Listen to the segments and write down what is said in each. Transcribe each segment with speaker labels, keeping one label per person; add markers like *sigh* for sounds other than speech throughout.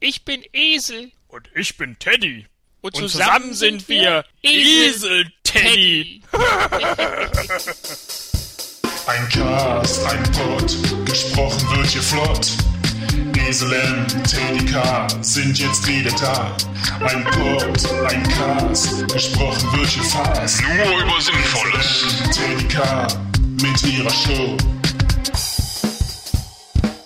Speaker 1: Ich bin Esel.
Speaker 2: Und ich bin Teddy.
Speaker 1: Und,
Speaker 2: Und zusammen sind wir Esel-Teddy.
Speaker 3: Ein Cast, ein Pod, gesprochen wird hier flott. Esel M, Teddy K sind jetzt wieder da. Ein Pod, ein Cast, gesprochen wird hier fast.
Speaker 4: Nur über Sinnvolles.
Speaker 3: Teddy K mit ihrer Show.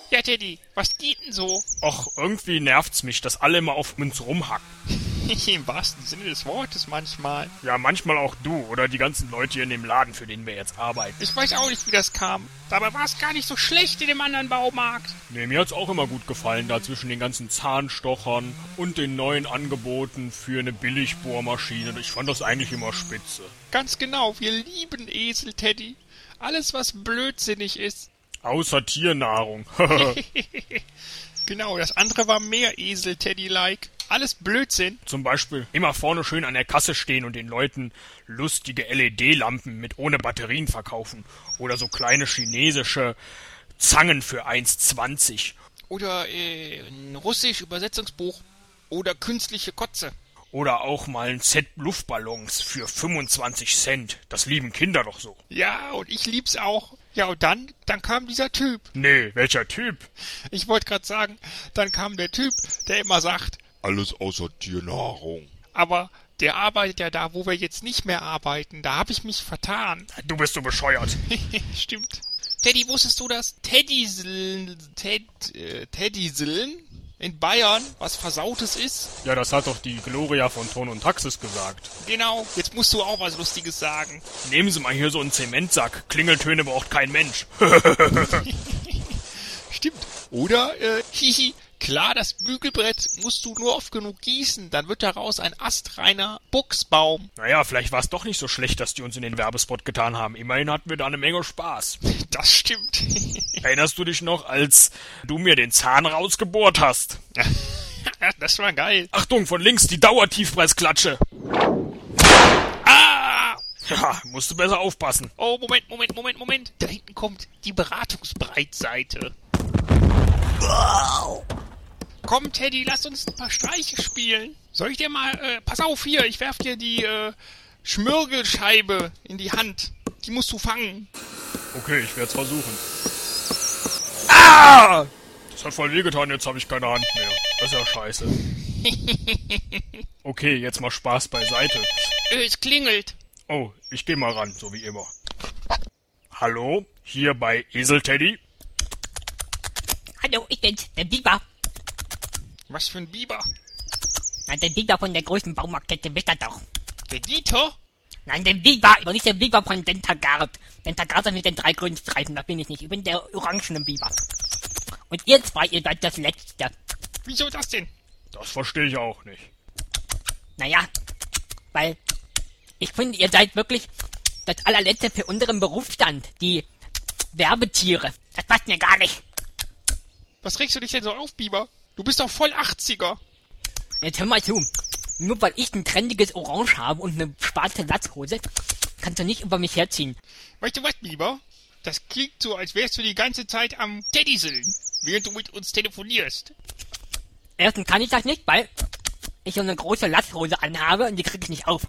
Speaker 1: Ja, Teddy, was geht denn so?
Speaker 2: Och, irgendwie nervt's mich, dass alle immer auf uns rumhacken.
Speaker 1: *laughs* Im wahrsten Sinne des Wortes manchmal.
Speaker 2: Ja, manchmal auch du oder die ganzen Leute hier in dem Laden, für den wir jetzt arbeiten.
Speaker 1: Ich weiß auch nicht, wie das kam. Dabei war es gar nicht so schlecht in dem anderen Baumarkt.
Speaker 2: Nee, mir hat's auch immer gut gefallen, da zwischen den ganzen Zahnstochern und den neuen Angeboten für eine Billigbohrmaschine. Ich fand das eigentlich immer spitze.
Speaker 1: Ganz genau, wir lieben Esel, Teddy. Alles, was blödsinnig ist.
Speaker 2: Außer Tiernahrung. *laughs*
Speaker 1: Genau, das andere war mehr Esel, Teddy-like. Alles Blödsinn.
Speaker 2: Zum Beispiel immer vorne schön an der Kasse stehen und den Leuten lustige LED-Lampen mit ohne Batterien verkaufen. Oder so kleine chinesische Zangen für 1,20.
Speaker 1: Oder äh, ein russisch Übersetzungsbuch. Oder künstliche Kotze.
Speaker 2: Oder auch mal ein Set Luftballons für 25 Cent. Das lieben Kinder doch so.
Speaker 1: Ja, und ich lieb's auch. Ja, und dann, dann kam dieser Typ.
Speaker 2: Nee, welcher Typ?
Speaker 1: Ich wollte gerade sagen, dann kam der Typ, der immer sagt,
Speaker 5: Alles außer Tiernahrung.
Speaker 1: aber der arbeitet ja da, wo wir jetzt nicht mehr arbeiten. Da habe ich mich vertan. *laughs*
Speaker 2: Du bist so bescheuert.
Speaker 1: Stimmt. Teddy, wusstest du, dass Teddyseln, Ted, äh, Teddyseln in Bayern was Versautes ist?
Speaker 2: Ja, das hat doch die Gloria von Ton und Taxis gesagt.
Speaker 1: Genau, jetzt musst du auch was Lustiges sagen.
Speaker 2: Nehmen Sie mal hier so einen Zementsack. Klingeltöne braucht kein Mensch. *laughs*
Speaker 1: Stimmt. Oder, äh, *laughs* hihi, klar, das Bügelbrett musst du nur oft genug gießen, dann wird daraus ein astreiner Buchsbaum. *laughs*
Speaker 2: Naja, vielleicht war es doch nicht so schlecht, dass die uns in den Werbespot getan haben. Immerhin hatten wir da eine Menge Spaß.
Speaker 1: Das stimmt. *laughs*
Speaker 2: Erinnerst du dich noch, als du mir den Zahn rausgebohrt hast?
Speaker 1: das war geil.
Speaker 2: Achtung, von links die Dauertiefpreisklatsche.
Speaker 1: Ah!
Speaker 2: Ja, musst du besser aufpassen.
Speaker 1: Oh, Moment, Moment, Moment, Moment. Da hinten kommt die Beratungsbreitseite. Komm, Teddy, lass uns ein paar Streiche spielen. Soll ich dir mal... Äh, pass auf hier, ich werf dir die äh, Schmürgelscheibe in die Hand. Die musst du fangen.
Speaker 2: Okay, ich werde es versuchen. Ah! Das hat voll wehgetan, jetzt habe ich keine Hand mehr. Das ist ja scheiße. *laughs* Okay, jetzt mal Spaß beiseite.
Speaker 1: Äh, es klingelt.
Speaker 2: Oh, ich gehe mal ran, so wie immer. Hallo, hier bei Esel Teddy.
Speaker 6: Hallo, ich bin's, der Biber.
Speaker 1: Was für ein Biber.
Speaker 6: Nein, der Biber von der größten Baumarktkette Westerdorf.
Speaker 1: Der Dieter?
Speaker 6: Nein, der Biber, aber nicht der Biber von Dentagard. Dentagard ist mit den drei grünen Streifen, das bin ich nicht. Ich bin der orangene Biber. Und ihr zwei, ihr seid das Letzte.
Speaker 1: Wieso das denn?
Speaker 2: Das verstehe ich auch nicht.
Speaker 6: Naja, weil ich finde, ihr seid wirklich das allerletzte für unseren Berufsstand. Die Werbetiere. Das passt mir gar nicht.
Speaker 1: Was regst du dich denn so auf, Biber? Du bist doch voll 80er.
Speaker 6: Jetzt hör mal zu. Nur weil ich ein trendiges Orange habe und eine schwarze Latzhose, kannst du nicht über mich herziehen.
Speaker 1: Weißt du was, Biber? Das klingt so, als wärst du die ganze Zeit am Teddyseln, während du mit uns telefonierst.
Speaker 6: Erstens kann ich das nicht, weil ich so eine große Latzhose anhabe und die kriege ich nicht auf.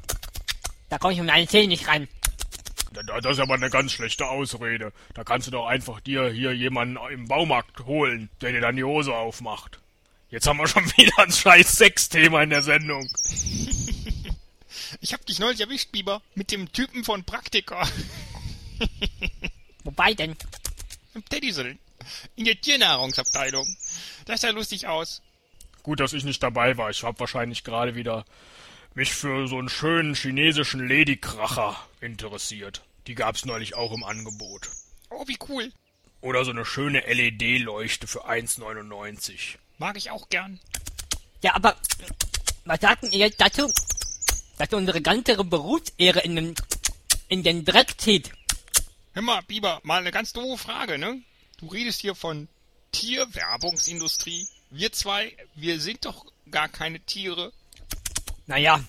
Speaker 6: Da komme ich mit meinen Zähnen nicht rein.
Speaker 2: Da- da- Das ist aber eine ganz schlechte Ausrede. Da kannst du doch einfach dir hier jemanden im Baumarkt holen, der dir dann die Hose aufmacht. Jetzt haben wir schon *laughs* wieder ein scheiß Sexthema in der Sendung.
Speaker 1: Ich hab dich neulich erwischt, Biber, mit dem Typen von Praktika. *laughs*
Speaker 6: Wobei denn?
Speaker 1: Im Teddyseln. In der Tiernahrungsabteilung. Das sah lustig aus.
Speaker 2: Gut, dass ich nicht dabei war. Ich habe wahrscheinlich gerade wieder mich für so einen schönen chinesischen Ladykracher interessiert. Die gab's neulich auch im Angebot.
Speaker 1: Oh, wie cool.
Speaker 2: Oder so eine schöne LED-Leuchte für 1,99.
Speaker 1: Mag ich auch gern.
Speaker 6: Ja, aber was sagt denn ihr jetzt dazu, dass unsere ganze Berufsehre in den, in den Dreck zieht?
Speaker 1: Hör mal, Biber, mal eine ganz doofe Frage, ne? Du redest hier von Tierwerbungsindustrie. Wir zwei, wir sind doch gar keine Tiere.
Speaker 6: Naja,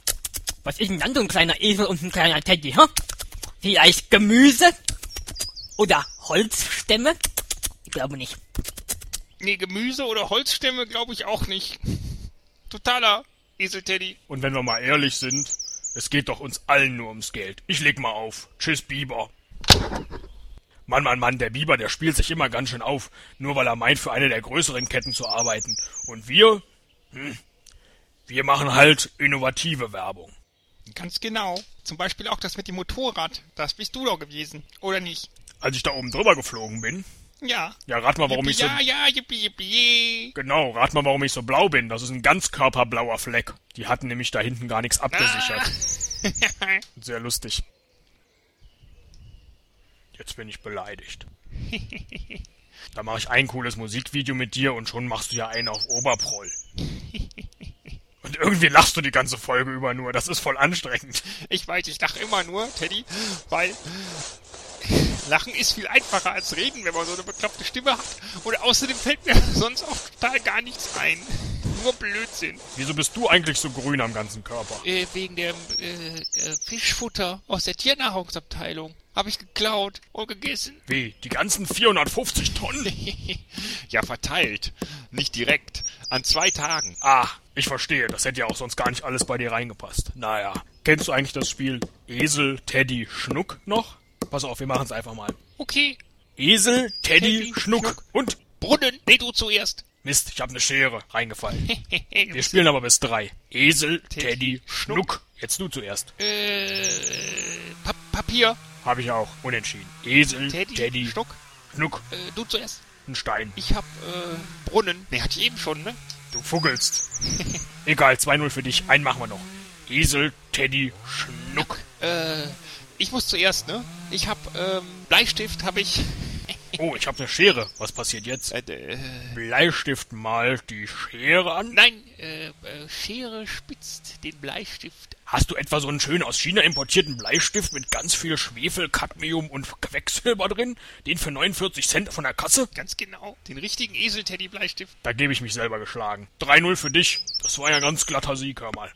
Speaker 6: was ist denn dann so ein kleiner Esel und ein kleiner Teddy, hä? Vielleicht Gemüse? Oder Holzstämme? Ich glaube nicht.
Speaker 1: Nee, Gemüse oder Holzstämme glaube ich auch nicht. *laughs* Totaler Esel-Teddy.
Speaker 2: Und wenn wir mal ehrlich sind, es geht doch uns allen nur ums Geld. Ich leg mal auf. Tschüss, Biber. Mann, Mann, Mann, der Biber, der spielt sich immer ganz schön auf, nur weil er meint, für eine der größeren Ketten zu arbeiten. Und wir? Hm, wir machen halt innovative Werbung.
Speaker 1: Ganz genau. Zum Beispiel auch das mit dem Motorrad. Das bist du doch gewesen. Oder nicht?
Speaker 2: Als ich da oben drüber geflogen bin,
Speaker 1: Ja.
Speaker 2: ja, rat mal, warum ich so...
Speaker 1: ja, ja, yippie, yippie. *laughs*
Speaker 2: Genau, rat mal, warum ich so blau bin. Das ist ein ganzkörperblauer Fleck. Die hatten nämlich da hinten gar nichts abgesichert.
Speaker 1: yeah.
Speaker 2: Sehr lustig. Jetzt bin ich
Speaker 1: *laughs*
Speaker 2: beleidigt. Da mache ich ein cooles Musikvideo mit dir und schon machst du ja einen auf
Speaker 1: *laughs*
Speaker 2: Oberproll. Und irgendwie lachst du die ganze Folge über nur. Das ist voll anstrengend.
Speaker 1: Ich weiß, ich lache immer nur, Teddy, weil Lachen ist viel einfacher als reden, wenn man so eine bekloppte Stimme hat. Und außerdem fällt mir *laughs* sonst auch total gar nichts ein. Nur Blödsinn.
Speaker 2: Wieso bist du eigentlich so grün am ganzen Körper?
Speaker 1: Äh, wegen dem äh, äh, Fischfutter aus der Tiernahrungsabteilung. Habe ich geklaut und gegessen. *laughs*
Speaker 2: Wie? Die ganzen 450 Tonnen?
Speaker 1: ja, verteilt. Nicht direkt. An zwei Tagen.
Speaker 2: Ah, ich verstehe. Das hätte ja auch sonst gar nicht alles bei dir reingepasst. Naja. Kennst du eigentlich das Spiel Esel, Teddy, Schnuck noch? Pass auf, wir machen es einfach mal.
Speaker 1: Okay.
Speaker 2: Esel, Teddy,
Speaker 1: Teddy,
Speaker 2: Schnuck,
Speaker 1: Schnuck.
Speaker 2: und...
Speaker 1: Brunnen, nee, du zuerst.
Speaker 2: Mist, ich habe eine Schere reingefallen. Wir spielen aber bis drei. Esel, *laughs* Teddy, Schnuck. Jetzt du zuerst.
Speaker 1: äh, pa Papier.
Speaker 2: Habe ich auch. Unentschieden. Esel,
Speaker 1: Teddy,
Speaker 2: Teddy, Teddy
Speaker 1: Schnuck.
Speaker 2: Schnuck,
Speaker 1: Äh, du zuerst.
Speaker 2: ein Stein.
Speaker 1: Ich hab, äh, Brunnen. Ne, hatte ich eben schon, ne?
Speaker 2: Du *laughs* fuggelst. Egal, 2-0 für dich. Einen machen wir noch. Esel, Teddy, Schnuck.
Speaker 1: Äh, ich muss zuerst, ne? Ich hab, ähm, Bleistift hab ich.
Speaker 2: Oh, ich habe eine Schere. Was passiert jetzt?
Speaker 1: Äh, äh,
Speaker 2: Bleistift mal die Schere an.
Speaker 1: nein, äh, äh, Schere spitzt den Bleistift.
Speaker 2: Hast du etwa so einen schön aus China importierten Bleistift mit ganz viel Schwefel, Cadmium und Quecksilber drin? Den für 49 Cent von der Kasse?
Speaker 1: Ganz genau. Den richtigen Esel-Teddy-Bleistift.
Speaker 2: Da gebe ich mich selber geschlagen. 3-0 für dich. Das war ja ganz glatter Sieg, hör mal.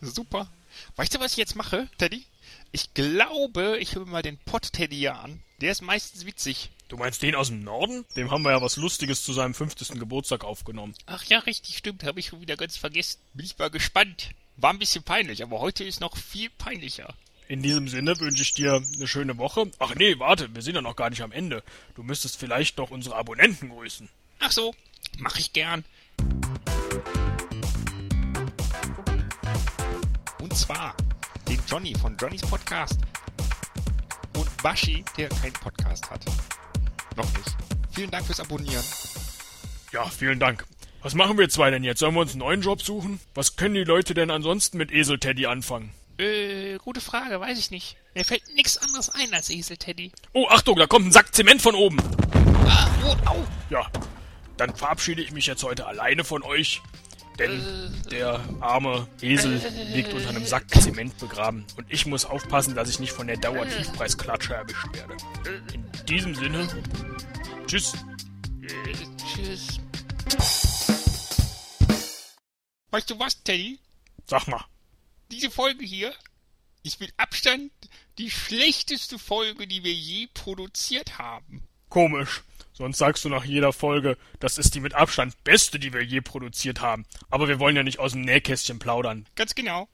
Speaker 1: Super. Weißt du, was ich jetzt mache, Teddy? Ich glaube, ich höre mir mal den Pott-Teddy hier an. Der ist meistens witzig.
Speaker 2: Du meinst den aus dem Norden? Dem haben wir ja was Lustiges zu seinem 50. Geburtstag aufgenommen.
Speaker 1: Ach ja, richtig, stimmt. Habe ich schon wieder ganz vergessen. Bin ich mal gespannt. War ein bisschen peinlich, aber heute ist noch viel peinlicher.
Speaker 2: In diesem Sinne wünsche ich dir eine schöne Woche. Ach nee, warte, wir sind ja noch gar nicht am Ende. Du müsstest vielleicht noch unsere Abonnenten grüßen.
Speaker 1: Ach so, mach ich gern. Und zwar den Johnny von Johnnys Podcast und Bashi, der keinen Podcast hat. Noch nicht. Vielen Dank fürs Abonnieren.
Speaker 2: Ja, vielen Dank. Was machen wir zwei denn jetzt? Sollen wir uns einen neuen Job suchen? Was können die Leute denn ansonsten mit Esel Teddy anfangen?
Speaker 1: Äh, gute Frage, weiß ich nicht. Mir fällt nichts anderes ein als Esel-Teddy.
Speaker 2: Oh, Achtung, da kommt ein Sack Zement von oben.
Speaker 1: Ah, oh, au!
Speaker 2: Ja, dann verabschiede ich mich jetzt heute alleine von euch, denn der arme Esel liegt unter einem Sack Zement begraben und ich muss aufpassen, dass ich nicht von der Dauertiefpreisklatsche erwischt werde. In diesem Sinne, tschüss.
Speaker 1: Äh, tschüss. Weißt du was, Teddy?
Speaker 2: Sag mal,
Speaker 1: diese Folge hier ist mit Abstand die schlechteste Folge, die wir je produziert haben.
Speaker 2: komisch. Sonst sagst du nach jeder Folge, das ist die mit Abstand beste, die wir je produziert haben. Aber wir wollen ja nicht aus dem Nähkästchen plaudern.
Speaker 1: Ganz genau.